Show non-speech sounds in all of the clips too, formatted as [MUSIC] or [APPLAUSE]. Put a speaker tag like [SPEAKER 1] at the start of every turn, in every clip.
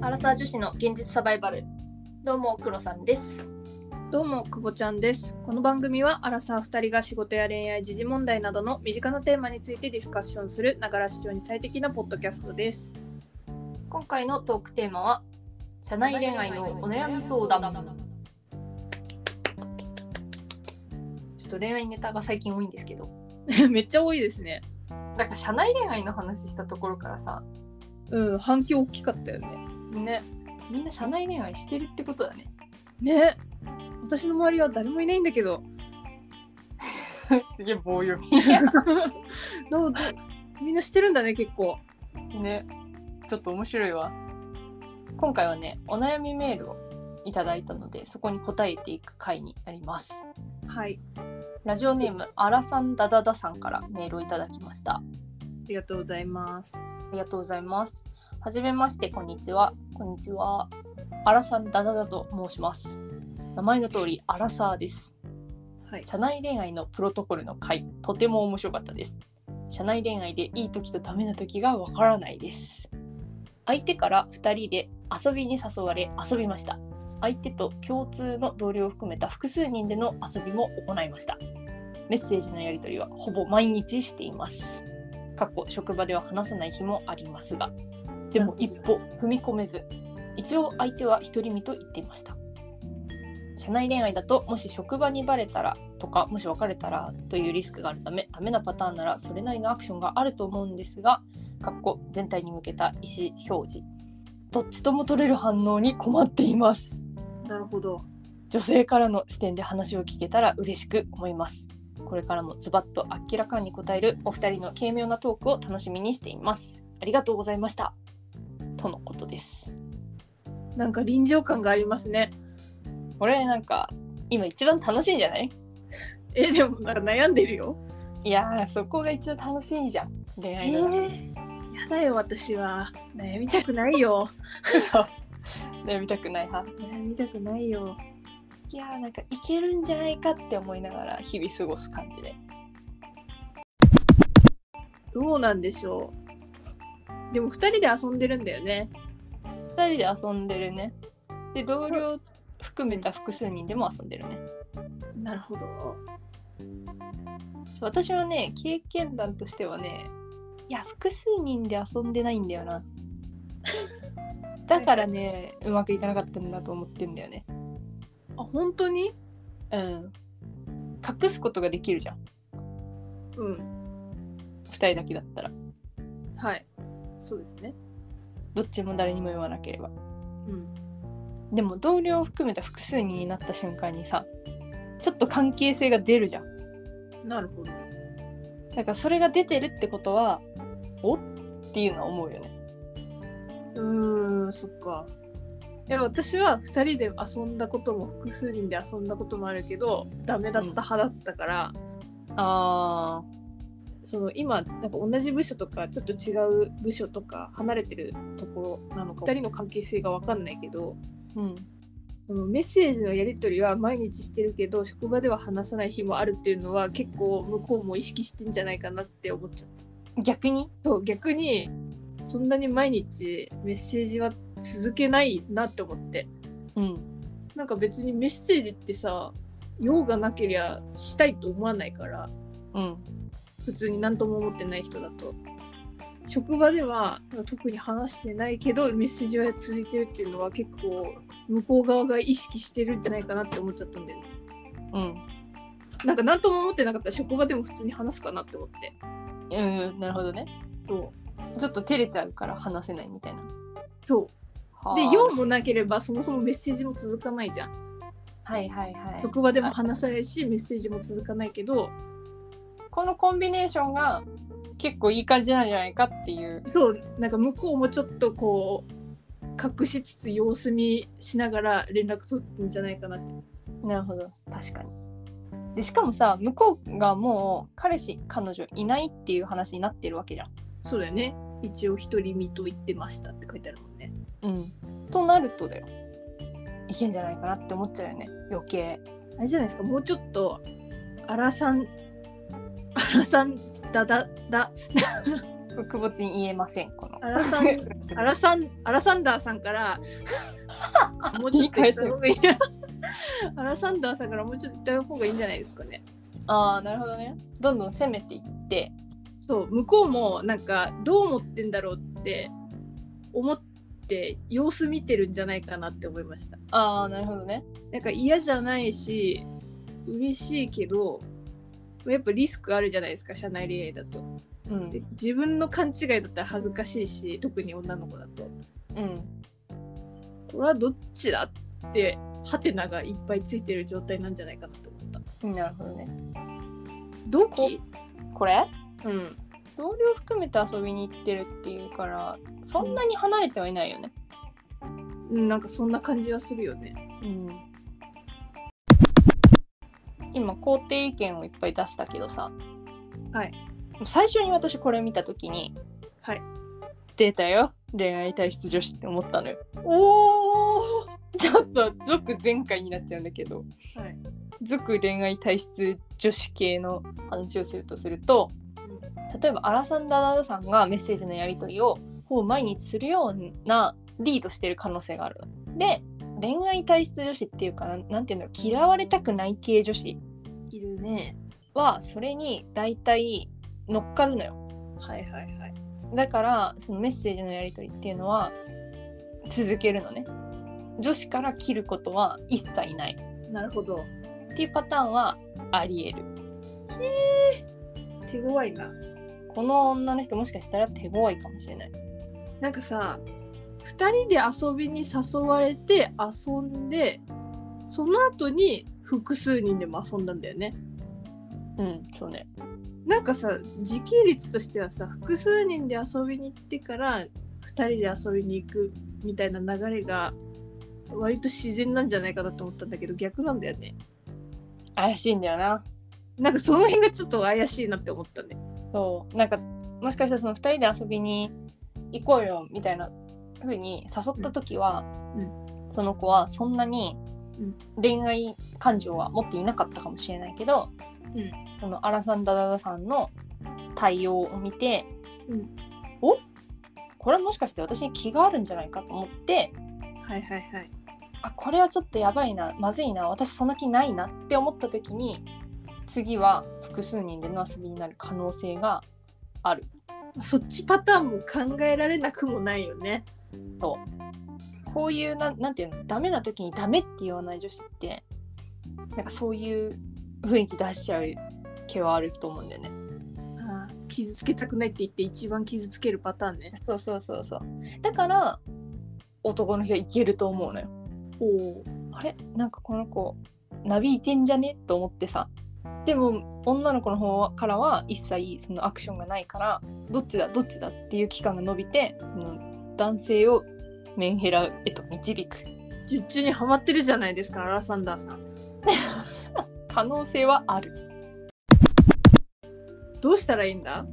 [SPEAKER 1] アラサー女子の現実サバイバルどうも黒さんです
[SPEAKER 2] どうもくぼちゃんですこの番組はアラサー2人が仕事や恋愛時事問題などの身近なテーマについてディスカッションするながら視聴に最適なポッドキャストです
[SPEAKER 1] 今回のトークテーマは社内恋愛のお悩み相談ちょっと恋愛ネタが最近多いんですけど
[SPEAKER 2] [LAUGHS] めっちゃ多いですね
[SPEAKER 1] なんか社内恋愛の話したところからさ
[SPEAKER 2] うん反響大きかったよね
[SPEAKER 1] ねみんな社内恋愛してるってことだね
[SPEAKER 2] ね私の周りは誰もいないんだ
[SPEAKER 1] [LAUGHS]
[SPEAKER 2] けど
[SPEAKER 1] [LAUGHS] すげえ棒読
[SPEAKER 2] どうどうみんなしてるんだね結構
[SPEAKER 1] み [LAUGHS] ねちょっと面白いわ今回はねお悩みメールをいただいたのでそこに答えていく回になります
[SPEAKER 2] はい
[SPEAKER 1] ラジオネームアラさんダダダさんからメールをいただきました。
[SPEAKER 2] ありがとうございます
[SPEAKER 1] ありがとうございます。はじめまして、こんにちは。こんにちは。アラさんダダダと申します。名前の通りアラサーです。
[SPEAKER 2] はい
[SPEAKER 1] 社内恋愛のプロトコルの回、とても面白かったです。社内恋愛でいい時とダメな時がわからないです。相手から2人で遊びに誘われ遊びました。相手と共通の同僚を含めた複数人での遊びも行いました。メッセージのやり取りはほぼ毎日しています。かっこ職場では話さない日もありますが、でも一歩踏み込めず、一応相手は独り身と言っていました。社内恋愛だともし職場にバレたらとかもし別れたらというリスクがあるためダメなパターンならそれなりのアクションがあると思うんですがかっこ全体に向けた意思表示どっちとも取れる反応に困っています
[SPEAKER 2] なるほど
[SPEAKER 1] 女性からの視点で話を聞けたら嬉しく思いますこれからもズバッと明らかに答えるお二人の軽妙なトークを楽しみにしていますありがとうございましたとのことです
[SPEAKER 2] なんか臨場感がありますね
[SPEAKER 1] これなんか今一番楽しいんじゃない
[SPEAKER 2] えでもなんか悩んでるよ
[SPEAKER 1] いやーそこが一番楽しいじゃん恋
[SPEAKER 2] え
[SPEAKER 1] 愛の中で
[SPEAKER 2] ー、やだよ私は悩みたくないよ
[SPEAKER 1] そう悩みたくない派
[SPEAKER 2] 悩みたくないよ
[SPEAKER 1] いやーなんかいけるんじゃないかって思いながら日々過ごす感じで
[SPEAKER 2] どうなんでしょうでも2人で遊んでるんだよね
[SPEAKER 1] 2人で遊んでるねで同僚含めた複数人でも遊んでるね
[SPEAKER 2] なるほど
[SPEAKER 1] 私はね経験談としてはねいや複数人で遊んでないんだよ [LAUGHS] なだからねうまくいかなかったんだと思ってんだよね
[SPEAKER 2] あ本当に
[SPEAKER 1] うん隠すことができるじゃん
[SPEAKER 2] うん
[SPEAKER 1] 2人だけだったら
[SPEAKER 2] はいそうですね
[SPEAKER 1] どっちも誰にも言わなければ
[SPEAKER 2] うん
[SPEAKER 1] でも同僚を含めた複数人になった瞬間にさちょっと関係性が出るじゃん
[SPEAKER 2] なるほど
[SPEAKER 1] だからそれが出てるってことはおっていうのは思うよね
[SPEAKER 2] うーんそっかいや私は2人で遊んだことも複数人で遊んだこともあるけどダメだった派だったから、
[SPEAKER 1] あ
[SPEAKER 2] その今なんか同じ部署とかちょっと違う部署とか離れてるところなのか2人の関係性が分かんないけど
[SPEAKER 1] ーうん
[SPEAKER 2] そのメッセージのやり取りは毎日してるけど職場では話さない日もあるっていうのは結構向こうも意識してんじゃないかなって思っちゃった
[SPEAKER 1] 逆に
[SPEAKER 2] そう逆にそんなに毎日メッセージは続けないなって思って
[SPEAKER 1] うん
[SPEAKER 2] なんか別にメッセージってさ用がなけりゃしたいと思わないから
[SPEAKER 1] うん
[SPEAKER 2] 普通に何とも思ってない人だと職場では特に話してないけどメッセージは続いてるっていうのは結構向こう側が意識してるんじゃないかなって思っちゃったんだよね
[SPEAKER 1] うん
[SPEAKER 2] なんか何とも思ってなかったら職場でも普通に話すかなって思って
[SPEAKER 1] うんなるほどね
[SPEAKER 2] そ
[SPEAKER 1] ちょっと照れちゃうから話せないみたいな
[SPEAKER 2] うそ
[SPEAKER 1] は
[SPEAKER 2] う
[SPEAKER 1] あ
[SPEAKER 2] で用もなければそもそもメッセージも続かないじゃん
[SPEAKER 1] はいはいはい
[SPEAKER 2] 職場でも話さないしメッセージも続かないけど
[SPEAKER 1] このコンビネーションが結構いい感じなんじゃないかっていう
[SPEAKER 2] そうなんか向こうもちょっとこう隠しつつ様子見しながら連絡取ってんじゃないかなって
[SPEAKER 1] なるほど確かにでしかもさ向こうがもう彼氏彼女いないっていう話になってるわけじゃん
[SPEAKER 2] そうだよね一応一人見と言ってましたって書いてあるもんね
[SPEAKER 1] うんとなるとだよいけんじゃないかなって思っちゃうよね余計
[SPEAKER 2] あれじゃないですかもうちょっとアラさんアラさんだだだ
[SPEAKER 1] 久保ちん言えません、こ [LAUGHS] の。
[SPEAKER 2] アラサ [LAUGHS] ン、アラサン、アラサンダーさんから。もうちょっと言った方がいいな。アラサンダーさんからもうちょっと言った方がいいんじゃないですかね。
[SPEAKER 1] ああ、なるほどね。どんどん攻めていって。
[SPEAKER 2] そう、向こうもなんかどう思ってんだろうって思って様子見てるんじゃないかなって思いました。
[SPEAKER 1] ああ、なるほどね。
[SPEAKER 2] なんか嫌じゃないし、嬉しいけど、やっぱリスクあるじゃないですか、社内恋愛だと。
[SPEAKER 1] う
[SPEAKER 2] で
[SPEAKER 1] ん。
[SPEAKER 2] 自分の勘違いだったら恥ずかしいし、特に女の子だと。
[SPEAKER 1] うん。
[SPEAKER 2] これはどっちだってハテナがいっぱいついてる状態なんじゃないかなと思った
[SPEAKER 1] なるほどね。
[SPEAKER 2] 同
[SPEAKER 1] 期
[SPEAKER 2] 期
[SPEAKER 1] これ
[SPEAKER 2] うん
[SPEAKER 1] 同僚含めて遊びに行ってるっていうから、そんなに離れてはいないよね。
[SPEAKER 2] うんなんかそんな感じはするよね
[SPEAKER 1] うん。今、肯定意見をいっぱい出したけどさ。
[SPEAKER 2] はい。
[SPEAKER 1] 最初に私これ見たときに、
[SPEAKER 2] はい。
[SPEAKER 1] 出たよ。恋愛体質女子って思ったのよ。
[SPEAKER 2] おお
[SPEAKER 1] ちょっと続前回になっちゃうんだけど
[SPEAKER 2] はい
[SPEAKER 1] 続恋愛体質女子系の話をするとすると例えばアラサンダーさんがメッセージのやり取りをほぼ毎日するようなリードしてる可能性があるので恋愛体質女子っていうかなんなんていうんだろう嫌われたくない系女子
[SPEAKER 2] いるね
[SPEAKER 1] はそれに大体乗っかるのよ
[SPEAKER 2] はいはいはい
[SPEAKER 1] だからそのメッセージのやり取りっていうのは続けるのね女子から切ることは一切ない
[SPEAKER 2] なるほど
[SPEAKER 1] っていうパターンはありえる
[SPEAKER 2] 手強いな
[SPEAKER 1] この女の人もしかしたら手強いかもしれない
[SPEAKER 2] なんかさ2人で遊びに誘われて遊んでその後に複数人でも遊んだんだよね
[SPEAKER 1] うんそうね
[SPEAKER 2] なんかさ時系列としてはさ複数人で遊びに行ってから2人で遊びに行くみたいな流れが割と自然なんじゃないかなと思ったんだけど逆なんだよね
[SPEAKER 1] 怪しいんだよな
[SPEAKER 2] なんかその辺がちょっと怪しいなって思ったね
[SPEAKER 1] そうなんかもしかしたらその2人で遊びに行こうよみたいな風に誘った時は、その子はそんなに
[SPEAKER 2] うん
[SPEAKER 1] 恋愛感情は持っていなかったかもしれないけど、
[SPEAKER 2] うん
[SPEAKER 1] そのアラサンダダダさんの対応を見て、
[SPEAKER 2] うん
[SPEAKER 1] おこれもしかして私に気があるんじゃないかと思って、
[SPEAKER 2] はいはいはい
[SPEAKER 1] あこれはちょっとやばいなまずいな私その気ないなって思った時に次は複数人での遊びになる可能性が
[SPEAKER 2] そっちパターンも考えられなくもないよね
[SPEAKER 1] こういうなんなんていうのダメな時にダメって言わない女子ってなんかそういう雰囲気出しちゃう気はあると思うんだよね。
[SPEAKER 2] あー傷つけたくないって言って一番傷つけるパターンね
[SPEAKER 1] そうそうそうそうだから男の人はいけると思うのよ。
[SPEAKER 2] おお
[SPEAKER 1] あれなんかこの子なびいてんじゃねと思ってさでも女の子の方からは一切そのアクションがないからどっちだどっちだっていう期間が伸びてその男性をメンヘラへと導く
[SPEAKER 2] 術中にはまってるじゃないですかアラサンダーさん
[SPEAKER 1] 可能性はある
[SPEAKER 2] どうしたらいいんだ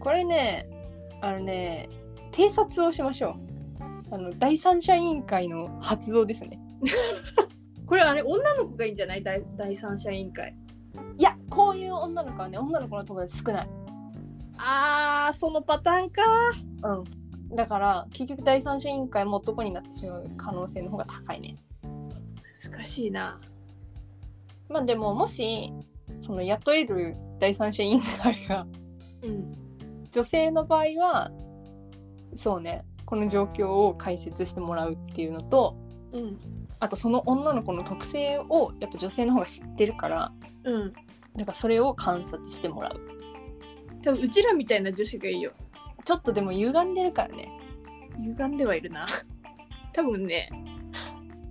[SPEAKER 1] これねあのね偵察をしましょうあの第三者委員会の発動ですね
[SPEAKER 2] これあれ女の子がいいんじゃない第第三者委員会
[SPEAKER 1] いやこういう女の子はね女の子の友達少ない
[SPEAKER 2] あーそのパターンか
[SPEAKER 1] うんだから結局第三者委員会も男になってしまう可能性の方が高いね
[SPEAKER 2] 難しいな
[SPEAKER 1] まあでももしその雇える第三者委員会が
[SPEAKER 2] うん
[SPEAKER 1] 女性の場合はそうねこの状況を解説してもらうっていうのと
[SPEAKER 2] うん
[SPEAKER 1] あとその女の子の特性をやっぱ女性の方が知ってるから
[SPEAKER 2] うん
[SPEAKER 1] だからそれを観察してもらう
[SPEAKER 2] 多分うちらみたいな女子がいいよ
[SPEAKER 1] ちょっとでも歪んでるからね
[SPEAKER 2] 歪んではいるな多分ね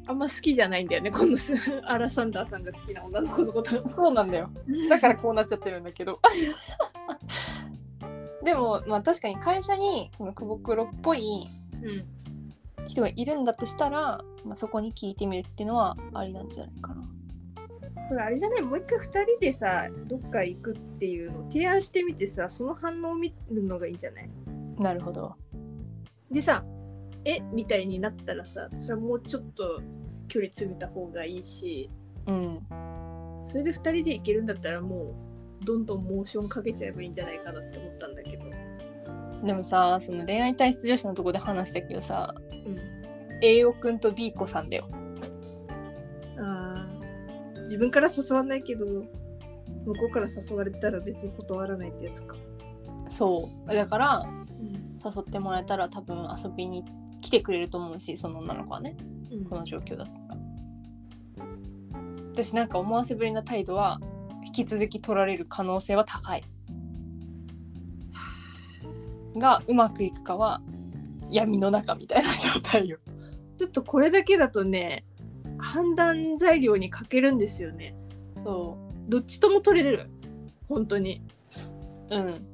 [SPEAKER 2] あんま好きじゃないんだよねこのスアラサンダーさんが好きな女の子のこと
[SPEAKER 1] そうなんだよだからこうなっちゃってるんだけど [LAUGHS] でもまあ確かに会社にその久保黒っぽい
[SPEAKER 2] うん
[SPEAKER 1] 人がいるんだとしたら、まあ、そこに聞いてみるっていうのはありなんじゃないかな
[SPEAKER 3] これあれじゃないもう一回2人でさどっか行くっていうのを提案してみてさその反応を見るのがいいんじゃない
[SPEAKER 1] なるほど
[SPEAKER 2] でさえみたいになったらさそれはもうちょっと距離詰めた方がいいし
[SPEAKER 1] うん
[SPEAKER 2] それで2人で行けるんだったらもうどんどんモーションかけちゃえばいいんじゃないかなって思ったんだけど
[SPEAKER 1] でもさその恋愛体質女子のとこで話したけどさ
[SPEAKER 3] うん、
[SPEAKER 1] A おくんと B 子さんだよ
[SPEAKER 2] あ
[SPEAKER 3] 自分から誘わないけど向こうから誘われたら別に断らないってやつか、
[SPEAKER 1] そうだから誘ってもらえたら多分遊びに来てくれると思うしその女の子はね
[SPEAKER 3] うん
[SPEAKER 1] この状況だったら私なんか思わせぶりな態度は引き続き取られる可能性は
[SPEAKER 3] [SIGHS]
[SPEAKER 1] 高いがうまくいくかは闇の中みたいな状態よ
[SPEAKER 2] ちょっとこれだけだとね判断材料に欠けるんですよね
[SPEAKER 1] そ
[SPEAKER 2] どっちとも取れる本当に
[SPEAKER 1] ううん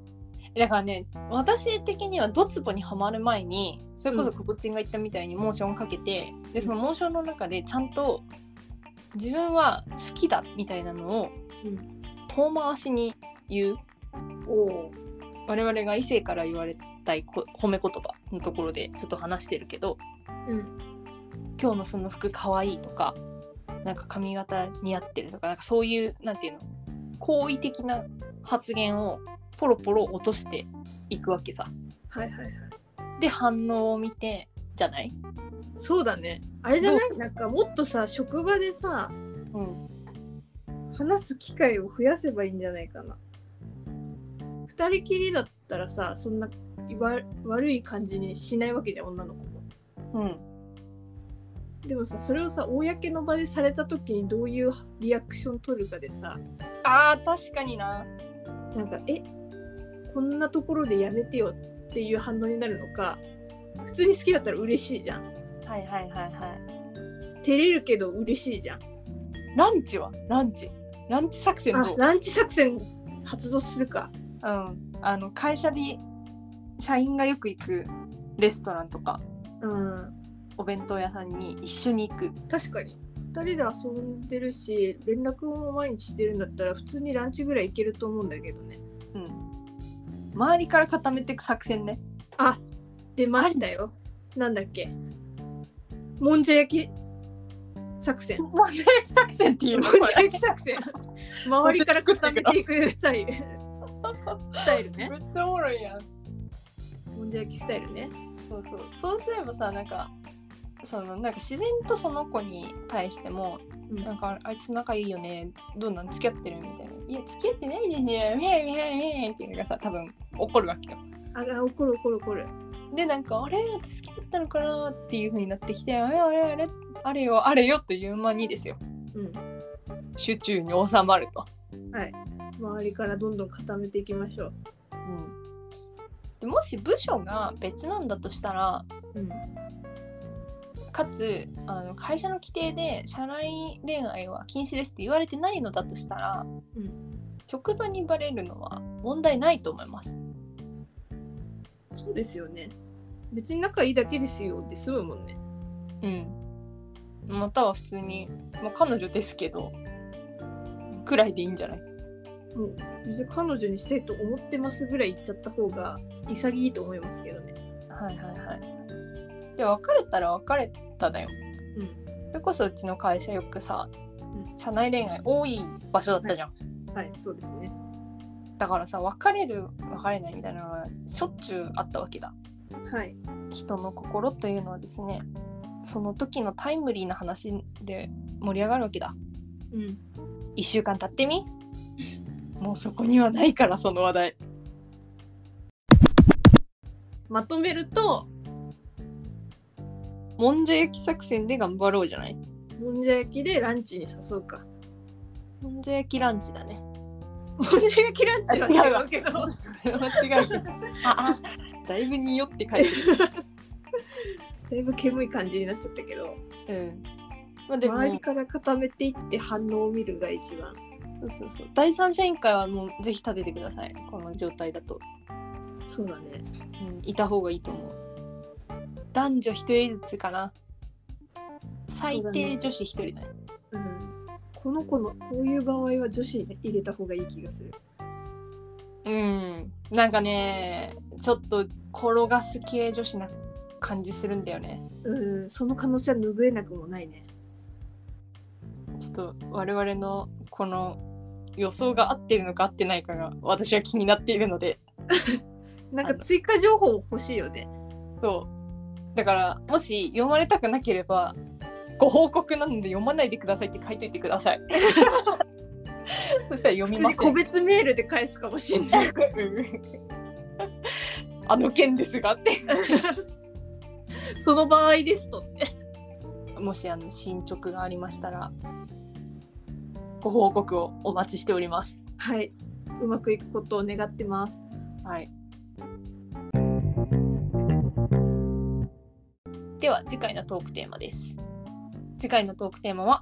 [SPEAKER 1] だからね私的にはドツボにはまる前にそれこそ
[SPEAKER 2] うん
[SPEAKER 1] くぼちんが言ったみたいにモーションをかけて、でそのモーションの中でちゃんと自分は好きだみたいなのを
[SPEAKER 3] うん
[SPEAKER 1] 遠回しに言う
[SPEAKER 3] おう
[SPEAKER 1] 我々が異性から言われたいこ褒め言葉のところでちょっと話してるけど、
[SPEAKER 3] うん
[SPEAKER 1] 今日のその服かわいいとかなんか髪型似合ってるとかなんかそういうなんていうの好意的な発言をポロポロ落としていくわけさ。
[SPEAKER 3] はいはいはい
[SPEAKER 1] で反応を見てじゃない、
[SPEAKER 3] そうだねあれじゃないなんかもっとさ職場でさ
[SPEAKER 1] うん、
[SPEAKER 3] 話す機会を増やせばいいんじゃないかな
[SPEAKER 2] 二人きりだったらさそんなわ悪い感じにしないわけじゃん女の子も
[SPEAKER 1] うん、
[SPEAKER 2] でもさそれをさ公の場でされた時にどういうリアクション取るかでさ
[SPEAKER 1] あー確かにな
[SPEAKER 2] なんか「えこんなところでやめてよ」っていう反応になるのか普通に好きだったら嬉しいじゃん
[SPEAKER 1] はいはいはいはい
[SPEAKER 2] 照れるけど嬉しいじゃん
[SPEAKER 1] ランチはランチランチ作戦
[SPEAKER 2] あ
[SPEAKER 1] どう
[SPEAKER 2] ランチ作戦発動するか
[SPEAKER 1] うん、あの会社で社員がよく行くレストランとか
[SPEAKER 2] うん
[SPEAKER 1] お弁当屋さんに一緒に行く
[SPEAKER 2] 確かに2人で遊んでるし連絡も毎日してるんだったら普通にランチぐらい行けると思うんだけどね
[SPEAKER 1] うん、周りから固めていく作 [LAUGHS] 戦ね
[SPEAKER 2] 出ましたよなんだっけもんじゃ焼き
[SPEAKER 1] [LAUGHS]
[SPEAKER 2] 作戦
[SPEAKER 1] もんじゃ焼き作戦っていうの
[SPEAKER 2] もん
[SPEAKER 1] こ
[SPEAKER 2] じ
[SPEAKER 1] れ
[SPEAKER 2] ゃ焼き作戦周りから固めていくスタイルスタイルね
[SPEAKER 1] めっちゃおもろいやん
[SPEAKER 2] もんじゃ焼きスタイルね
[SPEAKER 1] そうそうそうすればさなんかそのなんか自然とその子に対しても、
[SPEAKER 2] うん
[SPEAKER 1] なんかあいつ仲いいよねどんなん付き合ってるみたいな「いや付き合ってないですよみゃいみゃいみゃいみゃい」っていうのがさ多分怒るわけよ
[SPEAKER 2] あ怒る怒る怒る
[SPEAKER 1] でなんかあれ私好きだったのかなっていう風になってきてあれあれあれあれよあれよという間にですよ
[SPEAKER 3] うん
[SPEAKER 1] 手中に収まると、
[SPEAKER 2] 周りからどんどん固めていきましょう
[SPEAKER 1] でもし部署が別なんだとしたら
[SPEAKER 3] うん
[SPEAKER 1] かつあの会社の規定で社内恋愛は禁止ですって言われてないのだとしたら、
[SPEAKER 3] うん
[SPEAKER 1] 職場にバレるのは問題ないと思います
[SPEAKER 3] そうですよね
[SPEAKER 2] 別に仲いいだけですよって済むもんね
[SPEAKER 1] うんまたは普通に、まあ、彼女ですけどくらいでいいんじゃない
[SPEAKER 2] もう別に彼女にしたいと思ってますぐらい言っちゃった方が潔いと思いますけどね
[SPEAKER 1] はいはいはい。で別れたら別れただよ。
[SPEAKER 3] うん
[SPEAKER 1] それこそうちの会社よくさ、社内恋愛多い場所だったじゃん。
[SPEAKER 3] はいそうですね
[SPEAKER 1] だからさ別れる別れないみたいなのはしょっちゅうあったわけだ。
[SPEAKER 3] はい
[SPEAKER 1] 人の心というのはですねその時のタイムリーな話で盛り上がるわけだ。
[SPEAKER 3] うん
[SPEAKER 1] 1週間経ってみもうそこにはないからその話題。
[SPEAKER 2] まとめると
[SPEAKER 1] もんじゃ焼き作戦で頑張ろうじゃない
[SPEAKER 2] もんじゃ焼きでランチに誘うか
[SPEAKER 1] もんじゃ焼きランチだね。
[SPEAKER 2] もんじゃ焼きランチは違うけど
[SPEAKER 1] それは違うよ。 [LAUGHS] ああだいぶによって書いてる。
[SPEAKER 2] だいぶ煙い感じになっちゃったけど
[SPEAKER 1] [LAUGHS] うん。まあでも、
[SPEAKER 2] 周りから固めていって反応を見るが一番
[SPEAKER 1] そうそうそう。第三者委員会はもうぜひ立ててください。この状態だと。
[SPEAKER 2] そうだね
[SPEAKER 1] うん、いた方がいいと思う。男女一人ずつかな。最
[SPEAKER 2] そうだ
[SPEAKER 1] 低
[SPEAKER 2] ね
[SPEAKER 1] 女子一人だね。
[SPEAKER 2] うんこの子のこういう場合は女子入れた方がいい気がする
[SPEAKER 1] うん。なんかね、ちょっと転がす系女子な感じするんだよね。
[SPEAKER 2] うんその可能性は拭えなくもないね
[SPEAKER 1] ちょっと我々のこの予想が合ってるのか合ってないかが私は気になっているので
[SPEAKER 2] なんか追加情報欲しいよね。
[SPEAKER 1] そうだからもし読まれたくなければご報告なので読まないでくださいって書いといてくださいそしたら読
[SPEAKER 2] 普
[SPEAKER 1] み
[SPEAKER 2] 通
[SPEAKER 1] ま
[SPEAKER 2] に
[SPEAKER 1] せ
[SPEAKER 2] 個
[SPEAKER 1] ん
[SPEAKER 2] 別メールで返すかもしんない。
[SPEAKER 1] [LAUGHS] うんあの件ですがって
[SPEAKER 2] その場合ですと。
[SPEAKER 1] もしあの進捗がありましたらご報告をお待ちしております
[SPEAKER 2] はいうまくいくことを願ってます。
[SPEAKER 1] はいでは次回のトークテーマです次回のトークテーマは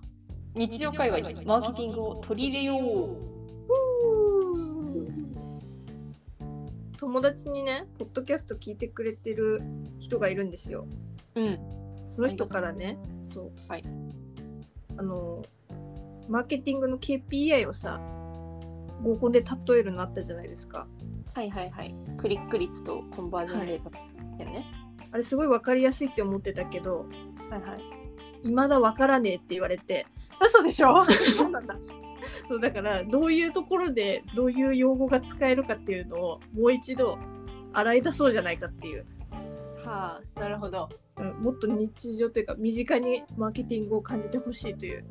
[SPEAKER 1] 日常会話にマーケティングを取り入れよう
[SPEAKER 2] 友達にね、ポッドキャスト聞いてくれてる人がいるんですよ。
[SPEAKER 1] うん
[SPEAKER 2] その人からね、そう。
[SPEAKER 1] はい
[SPEAKER 2] あの、マーケティングの KPI をさ、合コンで例えるのあったじゃないですか。
[SPEAKER 1] はいはいはいクリック率とコンバージョンレートだよね、
[SPEAKER 2] あれすごい分かりやすいって思ってたけど、
[SPEAKER 1] はい、はい
[SPEAKER 2] 未だ分からねえって言われて、
[SPEAKER 1] 嘘でし [LAUGHS] ょ
[SPEAKER 2] そうなんだ。そうだからどういうところでどういう用語が使えるかっていうのをもう一度洗い出そうじゃないかっていう、
[SPEAKER 1] はあなるほど
[SPEAKER 2] うん、もっと日常というか身近にマーケティングを感じてほしいという、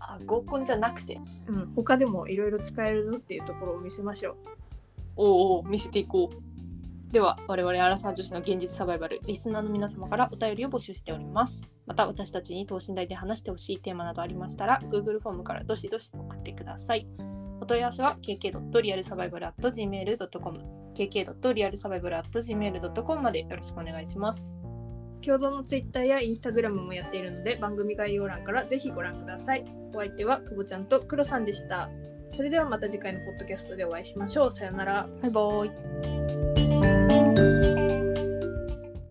[SPEAKER 1] あ合コンじゃなくて
[SPEAKER 2] うん、他でもいろいろ使えるぞっていうところを見せましょう
[SPEAKER 1] おうおう見せていこうでは我々アラサー女子の現実サバイバルリスナーの皆様からお便りを募集しておりますまた私たちに等身大で話してほしいテーマなどありましたら Google フォームからどしどし送ってくださいお問い合わせは kk.realsurvival.gmail.com kk.realsurvival.gmail.com までよろしくお願いします
[SPEAKER 2] 共同の Twitter や Instagram もやっているので番組概要欄からぜひご覧くださいお相手は久保ちゃんとクロさんでしたそれではまた次回のポッドキャストでお会いしましょうさよなら
[SPEAKER 1] バイバイ